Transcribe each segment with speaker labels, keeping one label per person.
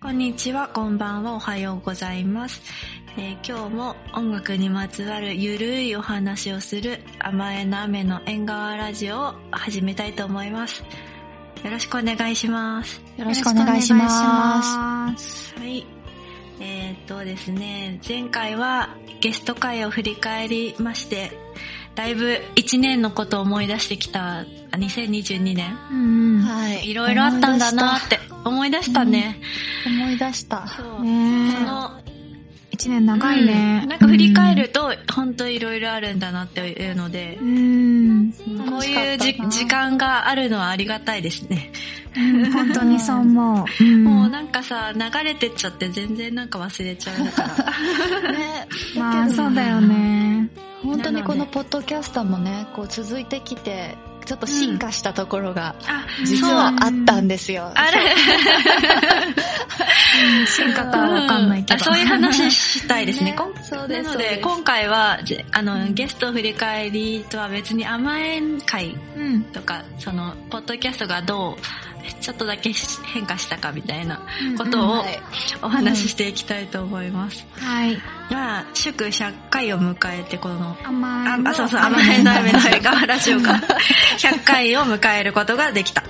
Speaker 1: こんにちは、こんばんは、おはようございます。えー今日も音楽にまつわるゆるいお話をする甘えの雨の縁側ラジオを始めたいと思います。よろしくお願いします。
Speaker 2: よろしくお願いします。
Speaker 1: す。はい。えーっとですね、前回はゲスト会を振り返りまして、だいぶ1年のことを思い出してきたあ2022年。
Speaker 2: うんうん。
Speaker 1: いろいろあったんだなって思い出したね。
Speaker 2: 思い 出した。
Speaker 1: そう
Speaker 2: ね
Speaker 1: その
Speaker 2: 一年長いね、
Speaker 1: うんなんか振り返ると、本当いろいろあるんだなっていうので
Speaker 2: う、ん。うん。
Speaker 1: こういうじ時間があるのはありがたいですね。
Speaker 2: うん。本当にそう思う。うん
Speaker 1: もうなんかさ、流れてっちゃって全然なんか忘れちゃう から。
Speaker 3: ね、
Speaker 2: まあ、
Speaker 3: けど
Speaker 2: そうだよね。
Speaker 3: 本当にこ
Speaker 1: なの
Speaker 3: の
Speaker 1: で
Speaker 3: ポッドキャストもね、こう続いてきて、ちょっと進化したところが、
Speaker 1: あ、
Speaker 3: 実
Speaker 1: そう、
Speaker 3: は
Speaker 1: あ
Speaker 3: あったんですよ。
Speaker 1: る。
Speaker 2: 進化かはわかんないけ
Speaker 1: う
Speaker 2: ど。
Speaker 1: あそういう話したいです ね。こん
Speaker 3: そう
Speaker 1: な
Speaker 3: です。
Speaker 1: の
Speaker 3: そう
Speaker 1: で、
Speaker 3: す
Speaker 1: 今回は、ぜあの、
Speaker 2: うん
Speaker 1: ゲスト振り返りとは別に甘えん会
Speaker 2: うん。
Speaker 1: とか、その、ポッドキャストがどう、ちょっとだけし変化したかみたいなことを
Speaker 3: はい
Speaker 1: お話ししていきたいと思います。
Speaker 2: はい。
Speaker 1: まあ、祝100回を迎えて、この、
Speaker 2: 甘
Speaker 1: あ
Speaker 2: い。、
Speaker 1: あそうそう、甘えの雨の映画ラジオが、100回を迎えることができた。
Speaker 2: は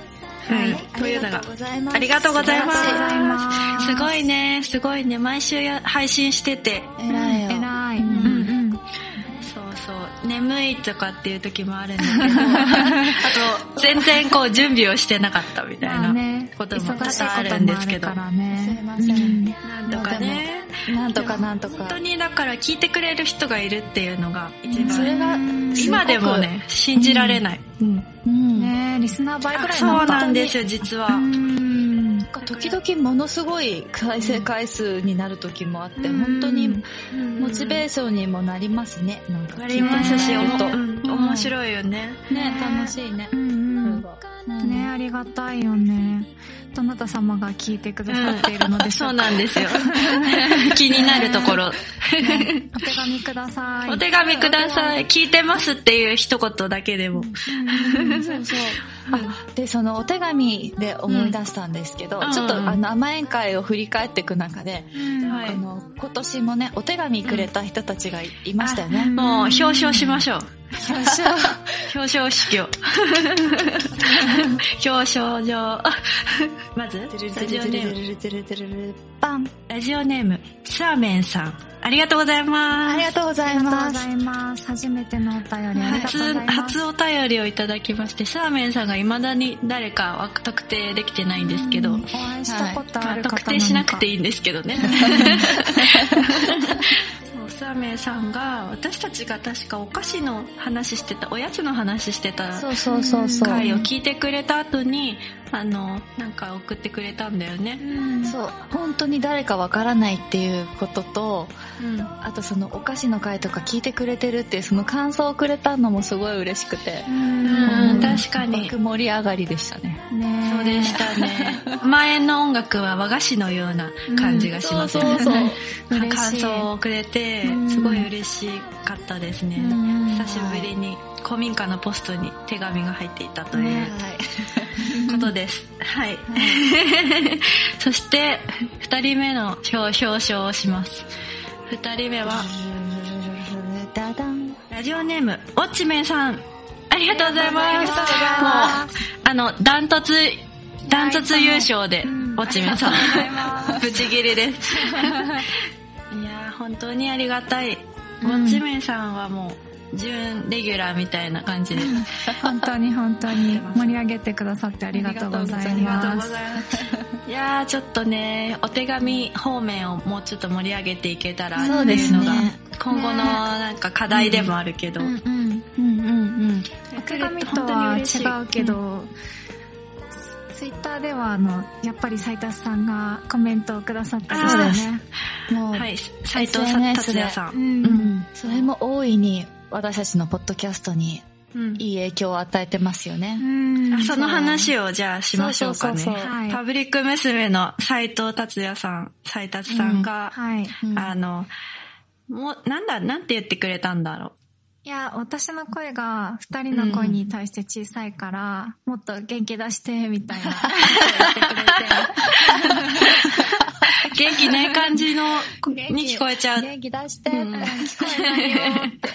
Speaker 2: い
Speaker 1: うんというのが、
Speaker 3: ございま
Speaker 1: ありがとうございます
Speaker 3: 素晴らし
Speaker 1: すごいね、すごいね、毎週や配信してて、
Speaker 3: い偉いよ。
Speaker 2: 偉い。
Speaker 3: う
Speaker 2: うんん
Speaker 1: そうそう、眠いとかっていう時もあるんだけど、あと、全然こう準備をしてなかったみ
Speaker 2: うん。
Speaker 1: たい
Speaker 2: まあ
Speaker 1: な。
Speaker 2: ね、
Speaker 1: ことも
Speaker 2: 忙しいことも
Speaker 1: 多々あるんですけど
Speaker 2: から
Speaker 3: すい
Speaker 2: ね。
Speaker 3: ません。
Speaker 1: なんとかね、
Speaker 3: なんとかなんとか
Speaker 1: 本。当にだから聞いてくれる人がいるっていうのが一
Speaker 3: それ
Speaker 1: 番、
Speaker 3: が
Speaker 2: うん
Speaker 3: すごく
Speaker 1: 今でもね、信じられない。うん
Speaker 3: うん
Speaker 2: ねリスナー倍くらいに
Speaker 1: そう
Speaker 2: なった。
Speaker 1: なんですよ、実は。
Speaker 2: うん。
Speaker 3: なんか時々ものすごい再生回数になる時もあって、
Speaker 2: うん
Speaker 3: 本当にモチベ
Speaker 1: ー
Speaker 3: ーションにもなりますね。なんか
Speaker 1: な
Speaker 3: 聞い
Speaker 1: り
Speaker 3: てもら
Speaker 1: ま
Speaker 3: え
Speaker 1: す
Speaker 3: る
Speaker 1: し、おも
Speaker 3: と
Speaker 1: うん面白いよね。
Speaker 3: ね、楽しいね
Speaker 2: う。んうん。
Speaker 3: うん
Speaker 2: ねありがたいよねどなた様が聞いてくださっているのでしょ
Speaker 1: そうう
Speaker 2: か、
Speaker 1: なんですよ。 気になるところ。
Speaker 2: ねお手紙ください
Speaker 1: お手紙ください。聞いてますっていう一言だけでも。
Speaker 2: うんうん
Speaker 3: そうそう。あ、で、そのお手紙で思い出したんですけど、
Speaker 1: うん
Speaker 3: ちょっと
Speaker 1: うん
Speaker 3: あの甘えん会を振り返っていく中で、
Speaker 2: うん
Speaker 1: はい
Speaker 3: あの、今年もね、お手紙くれた人たちがいいましたよね。
Speaker 1: もう表彰しましょう。
Speaker 3: 表彰。
Speaker 1: 表彰式を。 表彰状。 まず、ラジオネーム。
Speaker 3: バン。
Speaker 1: ラジオネーム、サーメンさん。ありがとうござい
Speaker 3: あ
Speaker 1: ま
Speaker 3: りがとうござい
Speaker 2: ありがとう
Speaker 3: ま
Speaker 2: ござ
Speaker 3: す。
Speaker 2: います初めてのお便りありがとうござ
Speaker 1: す。
Speaker 2: い
Speaker 1: 初、
Speaker 2: ます
Speaker 1: 初お便りをいただきまして、サーメンさんが未だに誰かは特定できてないんですけど、
Speaker 2: うんお会いした ことある方
Speaker 1: 特定しなくて
Speaker 2: い
Speaker 1: いいんですけどね。そう、サーメンさんが、私たちが確かお菓子の話してた、おやつの話してた
Speaker 3: そうそうそうそう。
Speaker 1: 回を聞いてくれた後に、あの、なんか送ってくれたんだよね。
Speaker 3: そう。本当に誰かわからないっていうことと、
Speaker 1: うん。
Speaker 3: あとそのお菓子の会とか聞いてくれてるっていうその感想をくれたのもすごい嬉しくて。
Speaker 1: うん
Speaker 2: うん
Speaker 1: 確かに
Speaker 3: 爆盛り上がりでしたね。
Speaker 2: ね
Speaker 1: そうでしたね。前の音楽は和菓子のような感じがしますね。
Speaker 3: そうそうそう。
Speaker 1: か
Speaker 2: 嬉しい
Speaker 1: 感想をくれて
Speaker 2: う、ん
Speaker 1: すごい嬉しかったですね。久
Speaker 3: 久
Speaker 1: しぶりに古民家のポストに手紙が入っていたとい
Speaker 3: は
Speaker 1: う
Speaker 2: ね
Speaker 1: ことです。はい。
Speaker 3: い。
Speaker 1: そして、二人目の表表彰をします。二人目は、
Speaker 3: ダダン。
Speaker 1: ラジオネーム、オッチメンさん。ありがとうござい
Speaker 2: あ
Speaker 1: ま
Speaker 2: り
Speaker 1: す。
Speaker 2: が
Speaker 1: も
Speaker 2: とうございま
Speaker 1: う、あの、ダントツ、ダントツ優勝で、
Speaker 2: うん
Speaker 1: オッチメンさん。
Speaker 2: ありがとうございます
Speaker 1: ブチギレ です。いやー、本当にありがたい。
Speaker 2: うん
Speaker 1: もちめんさんはもう、準レギュラーみたいな感じで。
Speaker 2: 本当に本当に盛り上げてくださってあ
Speaker 3: あ
Speaker 2: りがとうござい
Speaker 1: ありがとう
Speaker 2: ま
Speaker 1: ご
Speaker 2: す
Speaker 1: ざいます。いやー、ちょっとね、お手紙方面をもうちょっと盛り上げていけたら
Speaker 3: そう
Speaker 1: って
Speaker 3: で
Speaker 1: いう
Speaker 3: す
Speaker 1: の
Speaker 3: ね
Speaker 1: が、。今後のなんか課題でもあるけど、
Speaker 2: うんうん
Speaker 3: うんうんうん。
Speaker 2: お手紙とは違うけど、ツイッターではあのやっぱり斉藤さんがコメントをくださった
Speaker 1: そうです
Speaker 2: ね。
Speaker 3: もう、
Speaker 1: はい、斎藤さん、
Speaker 3: SNS
Speaker 1: 達也さ。
Speaker 2: うんん
Speaker 3: うん。それも大いに私たちのポッドキャストに
Speaker 1: うん
Speaker 3: いい影響を与えてますよね。
Speaker 2: うん
Speaker 1: あその話をじゃあしましょうか
Speaker 3: そうそうそう
Speaker 1: ね。
Speaker 3: そう
Speaker 2: はい
Speaker 1: パブリック娘の斎藤達也さん、斎達さんが、
Speaker 2: はい。
Speaker 3: うん
Speaker 1: あの、もう、なんだ、なんて言ってくれたんだ ろ
Speaker 2: いや、私の声が二人の声に対して小さいから、 もっと元気出して、みたいな。言ってくれて
Speaker 1: 気ない感じの、
Speaker 3: 元
Speaker 1: に
Speaker 3: 気
Speaker 1: 聞こえちゃう。
Speaker 3: 元気出して、
Speaker 1: うん
Speaker 2: 聞こえないよ って。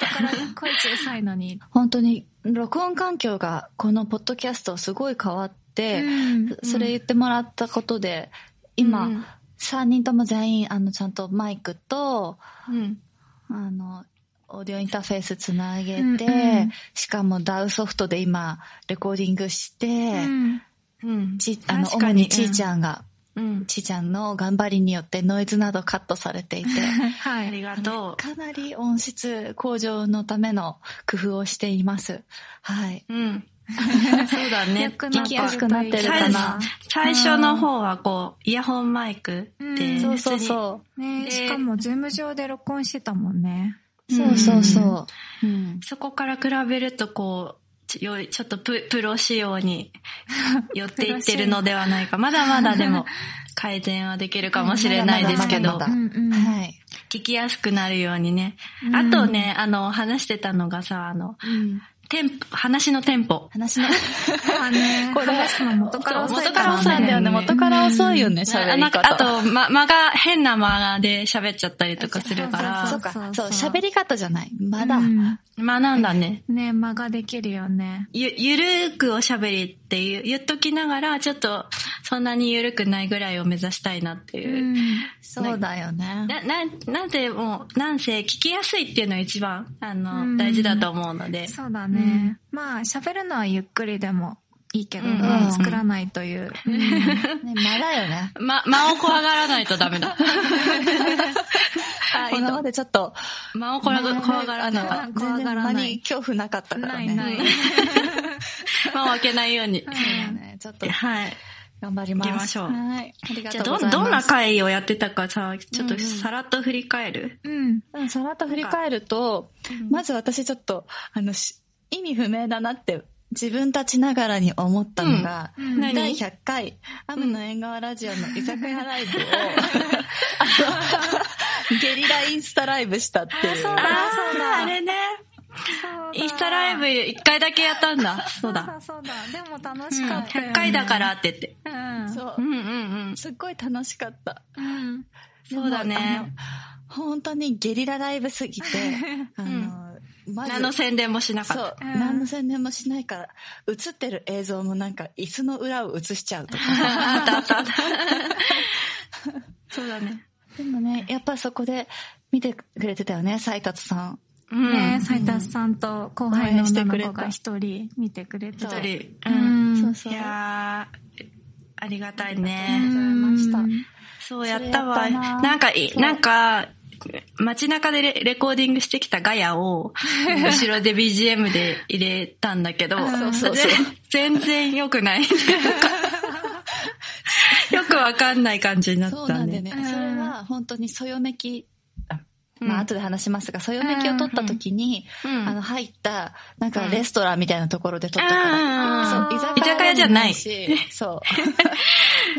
Speaker 2: だから声小さいのに。
Speaker 3: 本当に録音環境がこのポッドキャストすごい変わって、それ言ってもらったことで、今、
Speaker 1: うん
Speaker 3: 3人とも全員、あの、ちゃんとマイクと、
Speaker 1: うん。
Speaker 3: あの、オーディオインターフェースつなげて、
Speaker 2: うんうん
Speaker 3: しかも DAW ソフトで今、レコーディングして、
Speaker 2: うん
Speaker 1: うん。
Speaker 3: ちあの、
Speaker 1: 確か
Speaker 3: 主
Speaker 1: に
Speaker 3: にちーちゃんが、
Speaker 1: うん。
Speaker 3: ちーちゃんの頑張りによってノイズなどカットされていて、
Speaker 2: は
Speaker 1: あ
Speaker 2: い。
Speaker 1: りがと
Speaker 3: かなり音質向上のための工夫をしています。はい。
Speaker 1: う。うん。そうだね。
Speaker 3: 聞きやすくなってる
Speaker 1: か
Speaker 3: な
Speaker 1: 最初の方はこう、イヤホンマイク
Speaker 2: う
Speaker 1: で、
Speaker 2: ん
Speaker 3: そうそうそう。
Speaker 2: ね
Speaker 1: で
Speaker 2: しかも、ズーム上で録音してたもんね。
Speaker 1: うん
Speaker 3: そうそうそう。うん
Speaker 1: う。そこから比べるとこう、ちよちょっとププロ仕様 に寄っていってるのではないか。まだまだで も改善はできるかもしれないですけ
Speaker 3: ま
Speaker 1: ど
Speaker 3: だまだまだま、だ
Speaker 2: ん
Speaker 3: はい。
Speaker 1: 聞きやすくなるようにね。
Speaker 2: うん
Speaker 1: あとね、あの、話してたのがさ、あの、
Speaker 3: うん
Speaker 1: テンポ、話のテンポ。
Speaker 3: 話の、
Speaker 2: まあね、
Speaker 3: これ
Speaker 2: 話すの元から遅い
Speaker 3: 元から遅いんだよね。元から遅いよね、喋り
Speaker 1: なんか
Speaker 3: 方。
Speaker 1: あと、ま、間が、変な間で喋っちゃったりとかするか
Speaker 3: そ
Speaker 1: ら、
Speaker 3: うか、そう
Speaker 2: そうそう
Speaker 3: 喋り方じゃない。まだ。
Speaker 2: うん
Speaker 1: 間なんだね。
Speaker 2: ね、間ができるよね。
Speaker 1: ゆ、ゆるーくおしゃべりって言う言っときながら、ちょっと、そんなにゆるくないぐらいを目指したいなっていう。
Speaker 3: そうだよね。
Speaker 1: な、な、なんでもう、なんせ聞きやすいっていうのが一番、あの、
Speaker 2: うん
Speaker 1: 大事だと思うので。
Speaker 2: そうだね。まあ、喋るのはゆっくりでもいいけど、
Speaker 1: うん
Speaker 2: うん作らないという。
Speaker 3: ね、まだよね。
Speaker 1: ま、間を怖がらないとダメ だ。
Speaker 3: 今までちょっと、
Speaker 1: 間を怖が怖がらない。
Speaker 2: あの
Speaker 3: 全然
Speaker 2: 怖がらない
Speaker 3: 間に恐怖なかったから
Speaker 2: な
Speaker 3: ね。
Speaker 2: いない。
Speaker 1: 間を開けないように。
Speaker 3: そうだねちょっと
Speaker 1: はい。
Speaker 3: 頑張ります。
Speaker 1: 行きましょう
Speaker 3: はい。ありが
Speaker 1: じゃあ
Speaker 3: とう
Speaker 1: ど
Speaker 3: ご
Speaker 1: ん、
Speaker 3: ざいます。
Speaker 1: どんな回をやってたかさ、ちょっ
Speaker 3: う
Speaker 1: と
Speaker 3: んうん
Speaker 1: さらっと振り返る。
Speaker 2: うん。
Speaker 3: うん、さらっと振り返ると、まず私ちょっと、あの、し意味不明だなって、自分たちながらに思ったのが、
Speaker 2: うんうん
Speaker 1: 何
Speaker 3: 第100回、雨の縁側ラジオの居酒屋ラ イブを、あのゲリラインスタライブしたっていう。
Speaker 2: そう
Speaker 1: あ
Speaker 2: だそうだ
Speaker 1: あ、あれね。インスタライブ一回だけやったんだ。そうだ。
Speaker 2: そうだそうだ。でも楽
Speaker 1: うん
Speaker 2: しかったよ
Speaker 1: 100
Speaker 2: ね。
Speaker 1: 回だからって言って。
Speaker 2: うん。
Speaker 3: そううん
Speaker 1: うんうん。
Speaker 3: すっごい楽しかった。
Speaker 2: うん。
Speaker 1: そうだね。
Speaker 3: あの。本当にゲリラライブす ぎて、あの、まず
Speaker 1: 何の宣伝もしなかっ
Speaker 3: そ
Speaker 1: た。
Speaker 3: う、
Speaker 2: うん
Speaker 3: 何の宣伝もしないから、映ってる映像もなんか椅子の裏を映しちゃうとか。
Speaker 1: あったあったあった。そうだね。
Speaker 3: でもね、やっぱそこで見てくれてたよね、斉達さん。
Speaker 1: うん。
Speaker 2: ね
Speaker 1: 一
Speaker 2: 斉田さんと後輩の女の子が一人見てくれた。
Speaker 3: そう
Speaker 1: 人。
Speaker 2: う
Speaker 1: うん。
Speaker 2: ん。
Speaker 3: そうそう。
Speaker 1: いやー、ありがたいね。
Speaker 2: うん
Speaker 3: りがとうございま
Speaker 1: そうやったわ。
Speaker 3: それやったな
Speaker 1: なんかい、
Speaker 3: そう
Speaker 1: なんか、街中でレレコーディングしてきたガヤ を、後ろで BGM で入れたんだけど、
Speaker 3: んそうそう そう
Speaker 1: 全然良く ない。よくわかんない感じになったね。
Speaker 3: そうなんでね、
Speaker 2: うん
Speaker 3: それは本当にそよめき、あ
Speaker 1: うん
Speaker 3: まあ後で話しますが、そよめきを撮った時に、
Speaker 1: うん
Speaker 3: あの入った、なんかレストランみたいなところで撮ったから、
Speaker 1: あ
Speaker 2: ー
Speaker 3: そう
Speaker 1: 居酒屋じゃない
Speaker 3: 居酒屋でもしそ う。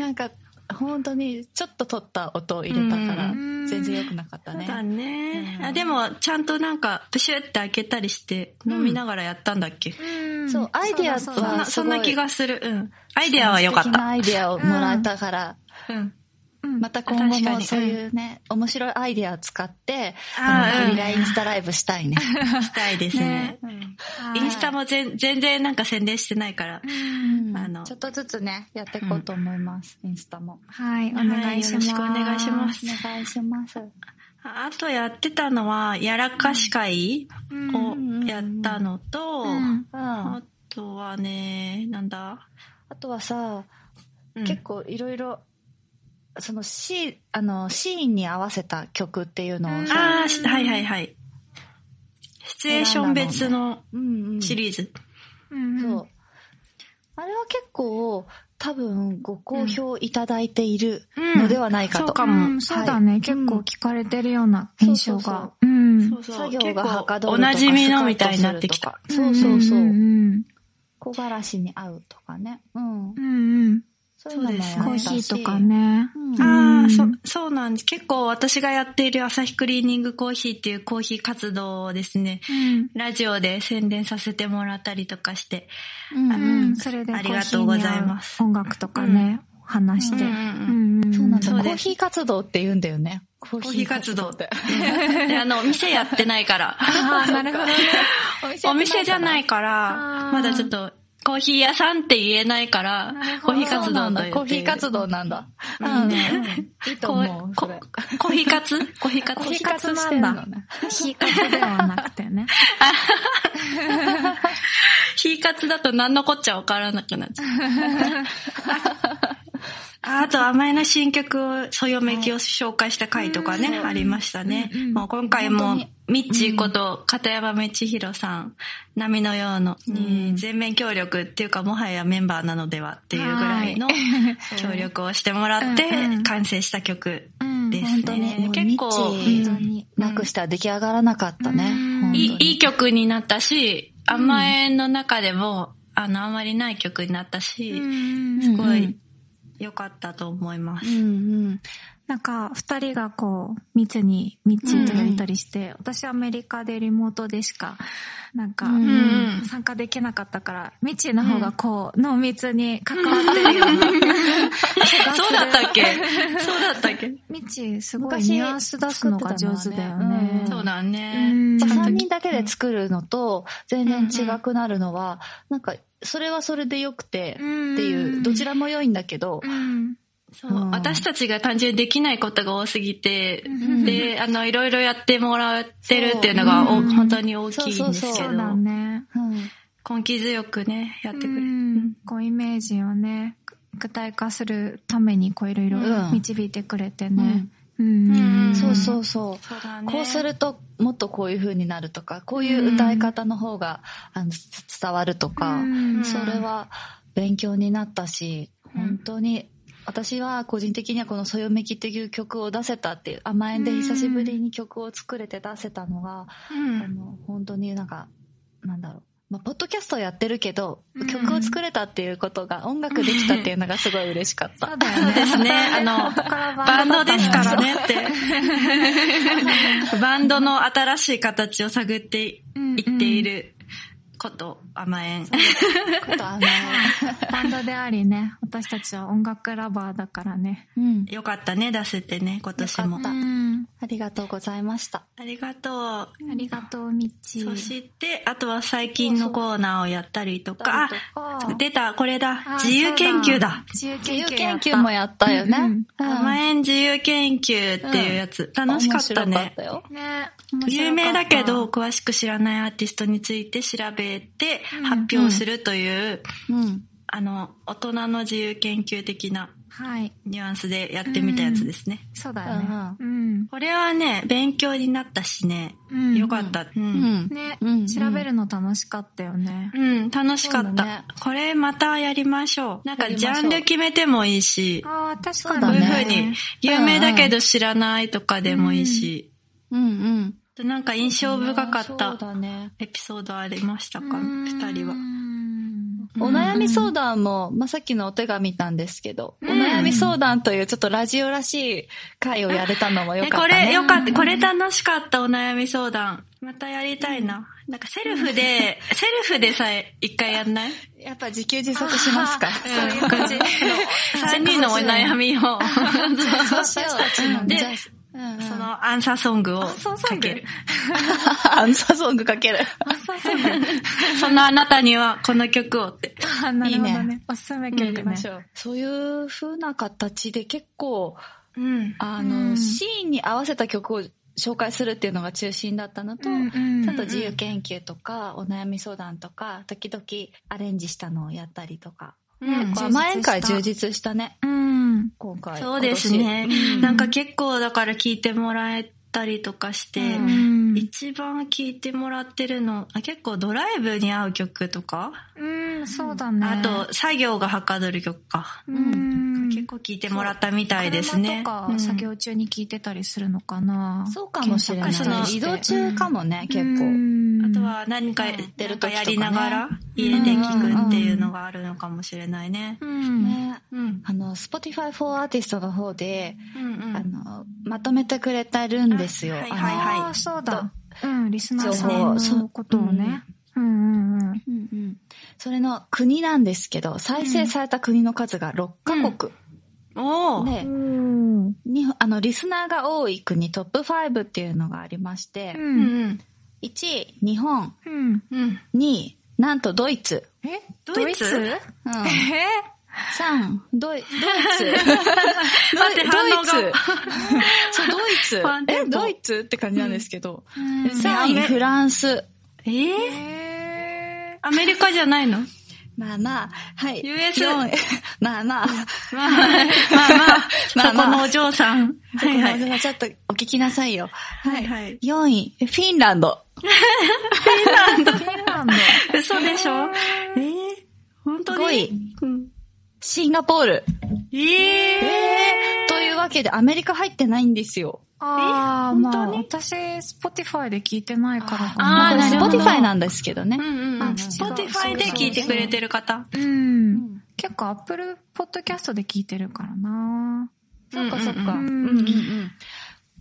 Speaker 3: なんか、本当にちょっと撮った音を入れたから
Speaker 1: う、
Speaker 2: ん
Speaker 3: 全然良くなかった
Speaker 1: そう
Speaker 3: ね。
Speaker 1: だね。
Speaker 3: うん
Speaker 1: あでも、ちゃんとなんか、プシュって開けたりして、飲みながらやったんだっけ、
Speaker 2: うん
Speaker 3: そうアイデアは
Speaker 2: そう
Speaker 1: そ
Speaker 2: だ
Speaker 1: ん
Speaker 2: そう
Speaker 1: な、
Speaker 2: だ
Speaker 1: そ
Speaker 3: す
Speaker 1: ん
Speaker 3: ごい
Speaker 1: な気がする。うん。アイデアは良かっ
Speaker 3: 素敵な
Speaker 1: た。
Speaker 3: アイデアをもらったから、
Speaker 1: うん。
Speaker 2: うん
Speaker 3: また今後
Speaker 1: 確か
Speaker 3: も
Speaker 1: に
Speaker 3: そういうね、面白いアイデアを使って、
Speaker 1: あー
Speaker 3: あの
Speaker 1: うん
Speaker 3: ゲリラインスタライブしたいね。
Speaker 1: したいですね。
Speaker 2: はい
Speaker 1: インスタも全全然なんか宣伝してないから
Speaker 2: う。
Speaker 3: うん ん
Speaker 1: あの
Speaker 3: ちょっとずつね、やっていこうと思います、インスタも。
Speaker 2: はい、お願いします。
Speaker 1: はいよろしくお願いします
Speaker 3: お願いします。
Speaker 1: ああとやってたのは、やらかし会
Speaker 2: うん。
Speaker 1: を
Speaker 2: うん
Speaker 1: やったのと、
Speaker 2: うん
Speaker 3: うん。
Speaker 1: あ
Speaker 3: あ
Speaker 1: とはね、なんだ、
Speaker 3: とはさ、
Speaker 1: うん
Speaker 3: 結構いろいろ、そのシー、あの、シーンに合わせた曲っていうのをさ、
Speaker 1: ああ、しはいはいはい。シチュエーション別の
Speaker 3: うんうん
Speaker 1: シリーズ。
Speaker 2: うん
Speaker 3: そう。あれは結構、多分ご好評いただいているのではないかと。
Speaker 1: そうか
Speaker 2: う
Speaker 1: も。
Speaker 2: ん、そうだね、結構聞かれてるような印象が。うん
Speaker 1: そうそう
Speaker 3: 作業がはかど
Speaker 1: 結構お
Speaker 3: るとか
Speaker 1: なじみのみたいになってきた。。
Speaker 3: スカウトするとかそうそうそう。
Speaker 2: うん
Speaker 3: 木枯らしに合うとかね。うん
Speaker 2: うん。う。んうん。
Speaker 3: そういうのもやったし
Speaker 1: そう
Speaker 2: コー
Speaker 1: です
Speaker 2: ヒーとか。ね。
Speaker 3: うん
Speaker 1: あ
Speaker 2: う
Speaker 1: あ、
Speaker 2: ん
Speaker 1: そ、そうなんです。結構私がやっている朝日クリーニングコーヒーっていうコーヒー活動をですね、
Speaker 2: うん。
Speaker 1: ラジオで宣伝させてもらったりとかして、
Speaker 3: うん
Speaker 2: うん、それでコ
Speaker 1: あり
Speaker 2: ー
Speaker 1: が
Speaker 2: ヒ
Speaker 1: とう
Speaker 2: ー
Speaker 1: ご
Speaker 2: に
Speaker 1: ざい
Speaker 2: 合
Speaker 1: ます
Speaker 2: う音楽とかね、話して。
Speaker 1: うんうんうん
Speaker 2: んん
Speaker 3: そうなん
Speaker 1: そ
Speaker 3: だ
Speaker 1: うそう
Speaker 3: コ
Speaker 1: で
Speaker 3: ー
Speaker 1: す。
Speaker 3: ヒー活動って言うんだよね。コ
Speaker 1: ーヒー活動
Speaker 3: って。。
Speaker 1: であの、店やってないから。
Speaker 2: ああ、なるほど ね。
Speaker 1: お店じゃないいから
Speaker 2: あ、ー
Speaker 1: まだちょっと、コーヒー屋さんって言えないから
Speaker 2: なる、ほ
Speaker 1: コ
Speaker 2: ど
Speaker 1: ーヒー活動と言っている
Speaker 3: コーヒー活動なんだ。
Speaker 1: いいね
Speaker 3: うんいいと思う。
Speaker 1: こ
Speaker 3: それ
Speaker 1: コーヒー活コーヒー活
Speaker 3: コー
Speaker 2: コー
Speaker 3: ヒ
Speaker 2: ヒ
Speaker 3: ー
Speaker 2: ー
Speaker 3: 活
Speaker 2: 活
Speaker 3: し
Speaker 2: してて
Speaker 3: ん
Speaker 2: ん
Speaker 3: だ
Speaker 2: だ
Speaker 3: ね。
Speaker 2: ヒーカツではなくてね。
Speaker 1: ヒー活だと何のこっちゃわからなくなっちゃう。 ああと、甘えの新曲を、そよめきを紹介した回とかね、ありましたね。
Speaker 2: うんうん
Speaker 1: もう今回も
Speaker 3: 本当に、
Speaker 1: ミッチーこと、片山道弘さん、波のようの、えー全面協力っていうか、もはやメンバーなのではっていうぐらいの協力をしてもらって
Speaker 2: うんうん、
Speaker 1: 完成した曲
Speaker 2: うん
Speaker 1: です
Speaker 3: 本当に
Speaker 1: ね。結構、
Speaker 3: もうミッチー
Speaker 1: うん
Speaker 2: に
Speaker 3: なくしては出来上がらなかったね
Speaker 2: うん。
Speaker 3: 本当に
Speaker 1: いい、いい曲になったし、甘えの中でも、あの、あんまりない曲になったし、
Speaker 2: うん
Speaker 1: すご
Speaker 3: う
Speaker 1: い
Speaker 3: ん
Speaker 1: 良かったと思います。
Speaker 3: うんうん。
Speaker 2: なんか、二人がこう、密に、ミッチーとやりとりして、私アメリカでリモートでしか、なんか、
Speaker 3: うん
Speaker 1: うん
Speaker 2: 参加できなかったから、ミッチーの方がこう、濃密に関わってるような。
Speaker 1: そうだったっけ そうだったっけ
Speaker 2: ミッチーすごい
Speaker 3: 昔
Speaker 2: ニュアンス出すのが上手だよ
Speaker 3: う
Speaker 2: ね
Speaker 3: ん。
Speaker 1: そうだ
Speaker 2: う
Speaker 1: ね
Speaker 2: ん。
Speaker 1: ちゃんと
Speaker 3: 3人だけで作るのと全然違くなるのは、なんか、それはそれで良くて、っていう、どち
Speaker 2: ら
Speaker 3: らも良いんだけど、
Speaker 1: そう
Speaker 3: うん
Speaker 1: 私たちが単純にできないことが多すぎて、
Speaker 2: うん
Speaker 1: で、あの、いろいろやってもらってるっていうのが、
Speaker 2: そう
Speaker 1: お
Speaker 2: うん
Speaker 1: 本当に大きいんですけ
Speaker 2: そ
Speaker 1: ど
Speaker 2: う、だね。
Speaker 3: うん
Speaker 1: 根気強くね、やってくれ
Speaker 2: う
Speaker 1: る。
Speaker 2: んこうイメージをね、具体化するためにこういろいろ
Speaker 3: うん
Speaker 2: 導いてくれてね。。
Speaker 1: うん
Speaker 3: そうそううそう。
Speaker 1: そうだね。
Speaker 3: こうするともっとこういう風になるとか、こういう歌い方の方が、あのつ伝わるとか、
Speaker 2: うん
Speaker 3: それは勉強になったし、
Speaker 1: うん
Speaker 3: 本当に私は個人的にはこの「そよめき」っていう曲を出せたっていう甘えんで久しぶりに曲を作れて出せたのが、
Speaker 1: うん
Speaker 3: あの本当になんかなんだろうまあ、ポッドキャストをやってるけど、
Speaker 2: うん
Speaker 3: 曲を作れたっていうことが、音楽できたっていうのがすごい嬉しかった。
Speaker 2: そうだよね。
Speaker 1: ですねあ の
Speaker 2: ここから
Speaker 1: バンドです
Speaker 2: だ
Speaker 1: か
Speaker 2: っ
Speaker 1: ら
Speaker 2: たんだ。
Speaker 1: ね って。バンドの新しい形を探ってい
Speaker 2: うん
Speaker 1: ってい。ること、甘えん。
Speaker 3: ことあの、
Speaker 2: バンドでありね、私たちは音楽ラバーだからね。
Speaker 3: うん、
Speaker 1: よかったね、出せてね、今年も
Speaker 3: よ。かった
Speaker 2: うん
Speaker 3: ありがとうございました。
Speaker 1: ありがとう。
Speaker 2: ありがとう、ミッチー。
Speaker 1: そして、あとは最近のコーナーをやったりとか、
Speaker 2: あ
Speaker 1: あ、出た、これだ
Speaker 2: あ、
Speaker 1: 自由研究だ。。
Speaker 2: そう自
Speaker 3: 自由
Speaker 2: 由
Speaker 3: 研
Speaker 2: 研
Speaker 3: 究
Speaker 2: 究
Speaker 3: も
Speaker 2: も
Speaker 3: やったよね。
Speaker 2: うん
Speaker 3: うん
Speaker 1: 甘えん自由研究っていうやつ、楽しかった
Speaker 3: 面白かっ
Speaker 1: ね。
Speaker 3: たよ。
Speaker 2: ね。
Speaker 1: 有名だけど、詳しく知らないアーティストについて調べて発表するという、
Speaker 3: うん。
Speaker 1: あの、大人の自由研究的な
Speaker 2: はい。
Speaker 1: ニュアンスでやってみたやつですね。
Speaker 2: そうだよね。うん。
Speaker 1: これはね、勉強になったしね、
Speaker 2: うん
Speaker 1: よかった。う。
Speaker 3: うんん。
Speaker 2: ね
Speaker 3: うん、
Speaker 2: 調べるの楽しかったよね。
Speaker 1: うん、楽しか
Speaker 3: そう
Speaker 1: っ
Speaker 3: だ
Speaker 1: た、
Speaker 3: ね
Speaker 1: これまたやりましょう。なん
Speaker 3: や
Speaker 1: か
Speaker 3: りま
Speaker 1: ジ
Speaker 3: しょう
Speaker 1: ャンル決めてもいいし、
Speaker 2: ああ、確
Speaker 3: そう
Speaker 2: かに。
Speaker 3: だ
Speaker 1: こう
Speaker 3: ね
Speaker 1: いう風に、有名だけど知らないとかでもいいし、
Speaker 3: うんうん。
Speaker 1: なんか印象深か
Speaker 3: そ
Speaker 1: っ
Speaker 3: う
Speaker 1: た
Speaker 3: だね。
Speaker 1: エピソードありましたか、
Speaker 2: うん
Speaker 1: 二人は。
Speaker 3: お悩み相談も、まあ、さっきのお手紙なんですけど、
Speaker 2: うん
Speaker 3: お悩み相談というちょっとラジオらしい回をやれたのもよか
Speaker 1: ね、
Speaker 3: った
Speaker 1: こ
Speaker 3: ね。
Speaker 1: れよかった。これ楽しかったお悩み相談。またやりたいな。なんかセルフで、セルフでさえ一回やんない
Speaker 3: やっぱ自給自足しますか。
Speaker 2: そういう感じ。
Speaker 1: 三人のお悩みを、
Speaker 3: そう しよう。
Speaker 1: で
Speaker 3: じゃあ、
Speaker 1: そのアンサーソングを
Speaker 2: あそう
Speaker 1: か
Speaker 2: そう
Speaker 1: ける。
Speaker 3: アンサーソングかける。
Speaker 2: あ、そうそう。
Speaker 1: そんなあなたにはこの曲をって。
Speaker 2: あなるほどね。おすす
Speaker 1: や
Speaker 2: め
Speaker 1: り
Speaker 2: 曲
Speaker 1: ま
Speaker 2: ね。
Speaker 1: し
Speaker 3: そういう風な形で結構、
Speaker 1: うん。
Speaker 3: あの、
Speaker 2: うん
Speaker 3: シーンに合わせた曲を紹介するっていうのが中心だったのと、
Speaker 2: うん
Speaker 3: ちょっと自由研究とか、お悩み相談とか、時々アレンジしたのをやったりとか。
Speaker 1: うん
Speaker 2: 充実した
Speaker 3: 甘えん会充実したね、
Speaker 2: うん。
Speaker 3: 今回。
Speaker 1: そうですね
Speaker 3: 今年。
Speaker 1: なんか結構だから聞いてもらえたりとかして、
Speaker 3: う
Speaker 2: うん
Speaker 1: 一番聞いてもらってるの、あ結構ドライブに合う曲とか、
Speaker 2: うん、そうだね。
Speaker 1: あと作業がはかどる曲か、
Speaker 2: うん、
Speaker 1: 結構聞いてもらったみたいですね。う
Speaker 2: 車と
Speaker 1: ん
Speaker 2: か作業中に聞いてたりするのかな。
Speaker 3: そうかもしれない。
Speaker 1: 検索
Speaker 3: 移動中かもね、結構。
Speaker 2: 構
Speaker 1: あと、は何か
Speaker 3: うん出
Speaker 1: なん
Speaker 3: る時
Speaker 1: か
Speaker 3: とかね
Speaker 1: やりながら家で聞くっていうのがあるのかもしれないね。
Speaker 2: うん、
Speaker 3: ね
Speaker 1: うん。
Speaker 3: あの、Spotify for Artist の方で、
Speaker 1: うんうん
Speaker 3: あの、まとめてくれてるんですよ。
Speaker 1: あはい
Speaker 3: あ
Speaker 1: は
Speaker 3: の
Speaker 1: いはい
Speaker 2: ああ、そうだ。うん、リスナーさ
Speaker 3: 情報
Speaker 2: ん
Speaker 3: そう
Speaker 2: のことをね。うんうんうん。
Speaker 3: うんうんそれの国なんですけど、再生された国の数が6カ国。
Speaker 1: おお、
Speaker 3: で、
Speaker 2: おーうん。
Speaker 3: にあの、リスナーが多い国トップ5っていうのがありまして、
Speaker 1: うんん
Speaker 3: 1位、日本、
Speaker 2: うん。
Speaker 1: うんうん
Speaker 3: 2位、なんとドイツ、
Speaker 2: え
Speaker 1: ドイツ
Speaker 3: うん、
Speaker 2: えへ
Speaker 3: 3、ドイドイツ、
Speaker 1: 待って反応 が
Speaker 3: ドイツそう、ドイツ
Speaker 1: 不安、定
Speaker 3: え、ドイツって感じなんですけど、
Speaker 2: うん
Speaker 3: 3位、フランス、
Speaker 1: えー、
Speaker 2: え
Speaker 1: アメリカじゃないの
Speaker 3: まあまあ、はい。
Speaker 1: US
Speaker 3: 4位 まあまあ、
Speaker 1: まあまあま
Speaker 3: ま
Speaker 1: あ、
Speaker 3: あ
Speaker 1: そこ
Speaker 3: ま
Speaker 1: の
Speaker 3: あ
Speaker 1: お嬢さん。
Speaker 3: そこの
Speaker 1: い。
Speaker 3: ちょっとお聞きなさいよ。
Speaker 1: はいはい
Speaker 3: 4位、フィンランド。
Speaker 2: フィンランド。
Speaker 1: 嘘でしょえー、本当
Speaker 3: 5
Speaker 1: に
Speaker 3: 位、
Speaker 1: うん
Speaker 3: シンガポール。
Speaker 1: え
Speaker 3: え
Speaker 1: ー、
Speaker 3: ー、というわけでアメリカ入ってないんですよ。
Speaker 2: ああ、
Speaker 1: え本当
Speaker 2: まあ、
Speaker 1: に
Speaker 2: 私、Spotify で聞いてないからか
Speaker 1: あー
Speaker 2: な。
Speaker 1: なるほど
Speaker 3: Spotify なんですけどね
Speaker 1: う。んうんうん。スポティファイで聞いてくれてる方。
Speaker 2: うん。結構 Apple Podcast で聞いてるからな。
Speaker 3: そっかそっか。
Speaker 2: う
Speaker 3: うんんう
Speaker 2: う
Speaker 3: んん
Speaker 2: うん
Speaker 3: うん。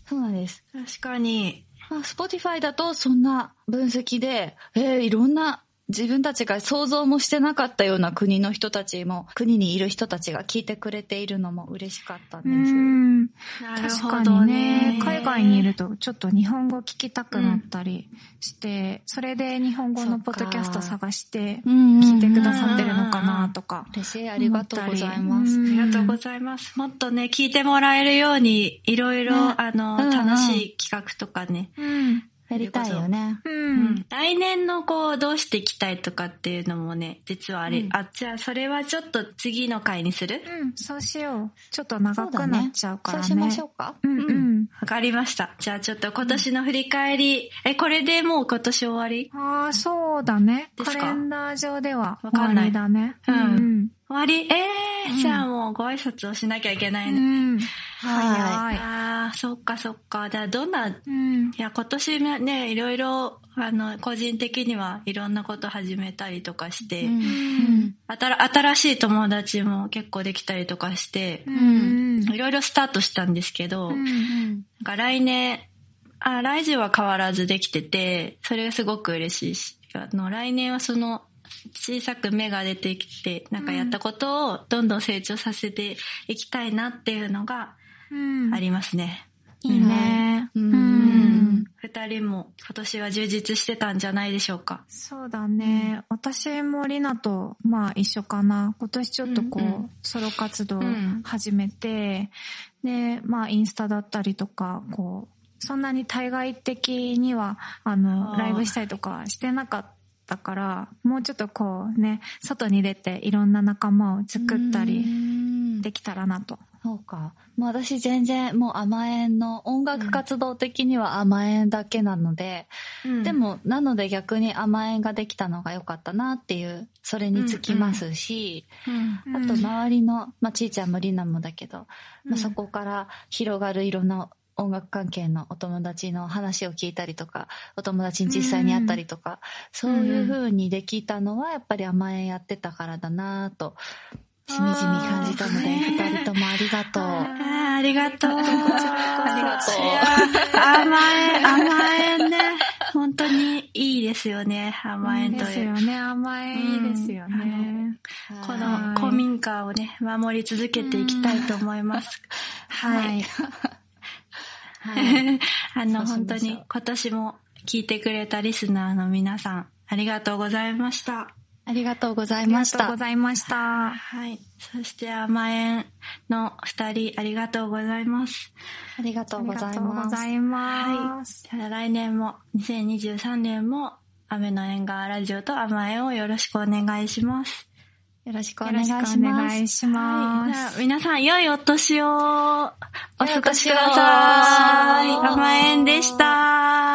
Speaker 3: そうなんです。
Speaker 1: 確かに。
Speaker 3: まあ Spotify だとそんな分析で、えー、いろんな自分たちが想像もしてなかったような国の人たちも、国にいる人たちが聞いてくれているのも嬉しかったん
Speaker 2: う
Speaker 3: です。
Speaker 2: ん。
Speaker 1: なる
Speaker 2: 確
Speaker 1: ほ
Speaker 2: か
Speaker 1: ど
Speaker 2: に
Speaker 1: ね
Speaker 2: ね。。海外にいると、ちょっと日本語聞きたくなったりして、それで日本語のポッドキャスト探して、聞
Speaker 3: 聞
Speaker 2: いてくださってるのかなとか。
Speaker 3: 嬉しい、ありがとうございま
Speaker 2: う
Speaker 3: す
Speaker 2: ん。
Speaker 1: ありがとうございます。もっとね、聞いてもらえるように、いろいろ、
Speaker 3: ね
Speaker 1: あ
Speaker 3: うんう
Speaker 1: の、
Speaker 3: ん
Speaker 1: 楽しい企画とかね。
Speaker 2: うん。
Speaker 3: やりたいよね。
Speaker 2: う。
Speaker 1: うん来年のこう、どうしていきたいとかっていうのもね、実はあり、
Speaker 3: うん
Speaker 1: あ、じゃあそれはちょっと次の回にする
Speaker 2: うん。そうしよう。ちょっと長くなっちゃうからね。
Speaker 3: そうしましょうか。
Speaker 2: うんうん。
Speaker 1: わかりました。じゃあちょっと今年の振り返り、え、これでもう今年終わり
Speaker 2: ああ、そうだね。
Speaker 1: で
Speaker 2: カ
Speaker 1: すか
Speaker 2: レンダー上では
Speaker 1: わ
Speaker 2: 終
Speaker 1: かん
Speaker 2: わ
Speaker 1: ない
Speaker 2: りだね。
Speaker 1: うん
Speaker 2: ん。
Speaker 1: 終わりえー、
Speaker 3: うん
Speaker 1: じゃあもうご挨拶をしなきゃいけな
Speaker 2: う
Speaker 1: いね。
Speaker 2: ん。
Speaker 3: は
Speaker 2: はい。
Speaker 1: あー、そっかそっか。じゃあどんな、い
Speaker 2: うん。
Speaker 1: や今年ね、いろいろ、あの、個人的にはいろんなこと始めたりとかし
Speaker 3: い。
Speaker 1: て、
Speaker 2: ん
Speaker 1: あたら新しい友達も結構できたりとかして
Speaker 2: う、ん。
Speaker 1: いろいろスタートしたんですけど、
Speaker 2: う
Speaker 1: なん
Speaker 2: ん
Speaker 1: か来年、あ、来年は変わらずできてて、それがすごく嬉しいし、あの、来年はその、小さく芽が出てきて、なんかやったことをどんどん成長させていきたいなっていうのが
Speaker 2: うん
Speaker 1: ありますね。
Speaker 2: いいね。
Speaker 3: う
Speaker 1: うんん。二人も今年は充実してたんじゃないでしょうか。
Speaker 2: そうだね。私もりなと、まあ一緒かな。今年ちょっとこ
Speaker 1: うんう
Speaker 2: う、ソロ活動
Speaker 1: うん
Speaker 2: 始めて、で、まあインスタだったりとか、こう、そんなに対外的には、あ
Speaker 1: あ
Speaker 2: の、
Speaker 1: ー
Speaker 2: ライブしたりとかしてなかったから、もうちょっとこうね、外に出ていろんな仲間を作った
Speaker 3: う
Speaker 2: り
Speaker 3: ん
Speaker 2: できたらなと。
Speaker 3: そうか。もう私全然もう甘えんの音楽活動的には甘えんだけなので、で、もなので逆に甘えんができたのが良かったなっていう、それにつきますし、
Speaker 1: うん。
Speaker 3: あと周りの、まあ、ちーちゃんもりなもだけど、まあ、そこから広がるいろんな音楽関係のお友達の話を聞いたりとか、お友達に実際に会ったりとか、そういう風にできたのはやっぱり甘えんやってたからだなぁと、しみじみ感じたので、
Speaker 1: あー
Speaker 3: 二人ともありがと
Speaker 1: あ
Speaker 3: う。
Speaker 1: ーありがとう。
Speaker 3: あ
Speaker 1: 甘え、甘えね。本当にいいですよね。甘え
Speaker 2: いい
Speaker 1: と
Speaker 2: です
Speaker 1: い
Speaker 2: よ
Speaker 1: う。
Speaker 2: ね。甘えいいですよね。
Speaker 1: こ
Speaker 2: は
Speaker 1: の
Speaker 2: い
Speaker 1: 古民家をね、守り続けていきたいと思います。は。
Speaker 3: はいい。はい。
Speaker 1: あの、
Speaker 3: そうし
Speaker 1: 本当
Speaker 3: ましょう
Speaker 1: に今年も聞いてくれたリスナーの皆さん、ありがとうございました。
Speaker 3: ありがとうござ
Speaker 2: あ
Speaker 3: い
Speaker 2: りが
Speaker 3: まし
Speaker 2: とうご
Speaker 3: た。
Speaker 2: ざいました。
Speaker 1: はい。そして甘えんの二人、ありがとうございます。
Speaker 3: ありがとうござい
Speaker 2: ありがとうご
Speaker 3: ます
Speaker 2: ざ。います。
Speaker 1: じゃあ来年も、2023年も、雨の縁側ラジオと甘えんをよろしくお願いします。
Speaker 3: よろしくお
Speaker 2: よ
Speaker 3: 願
Speaker 2: ろ
Speaker 3: いし
Speaker 2: しく
Speaker 3: ます。
Speaker 2: お願いし
Speaker 1: はい。
Speaker 2: ま
Speaker 1: じゃあ
Speaker 2: す。
Speaker 1: 皆さん、良いお年をお過ごしください。
Speaker 3: 良いお年を
Speaker 1: 甘えんでした。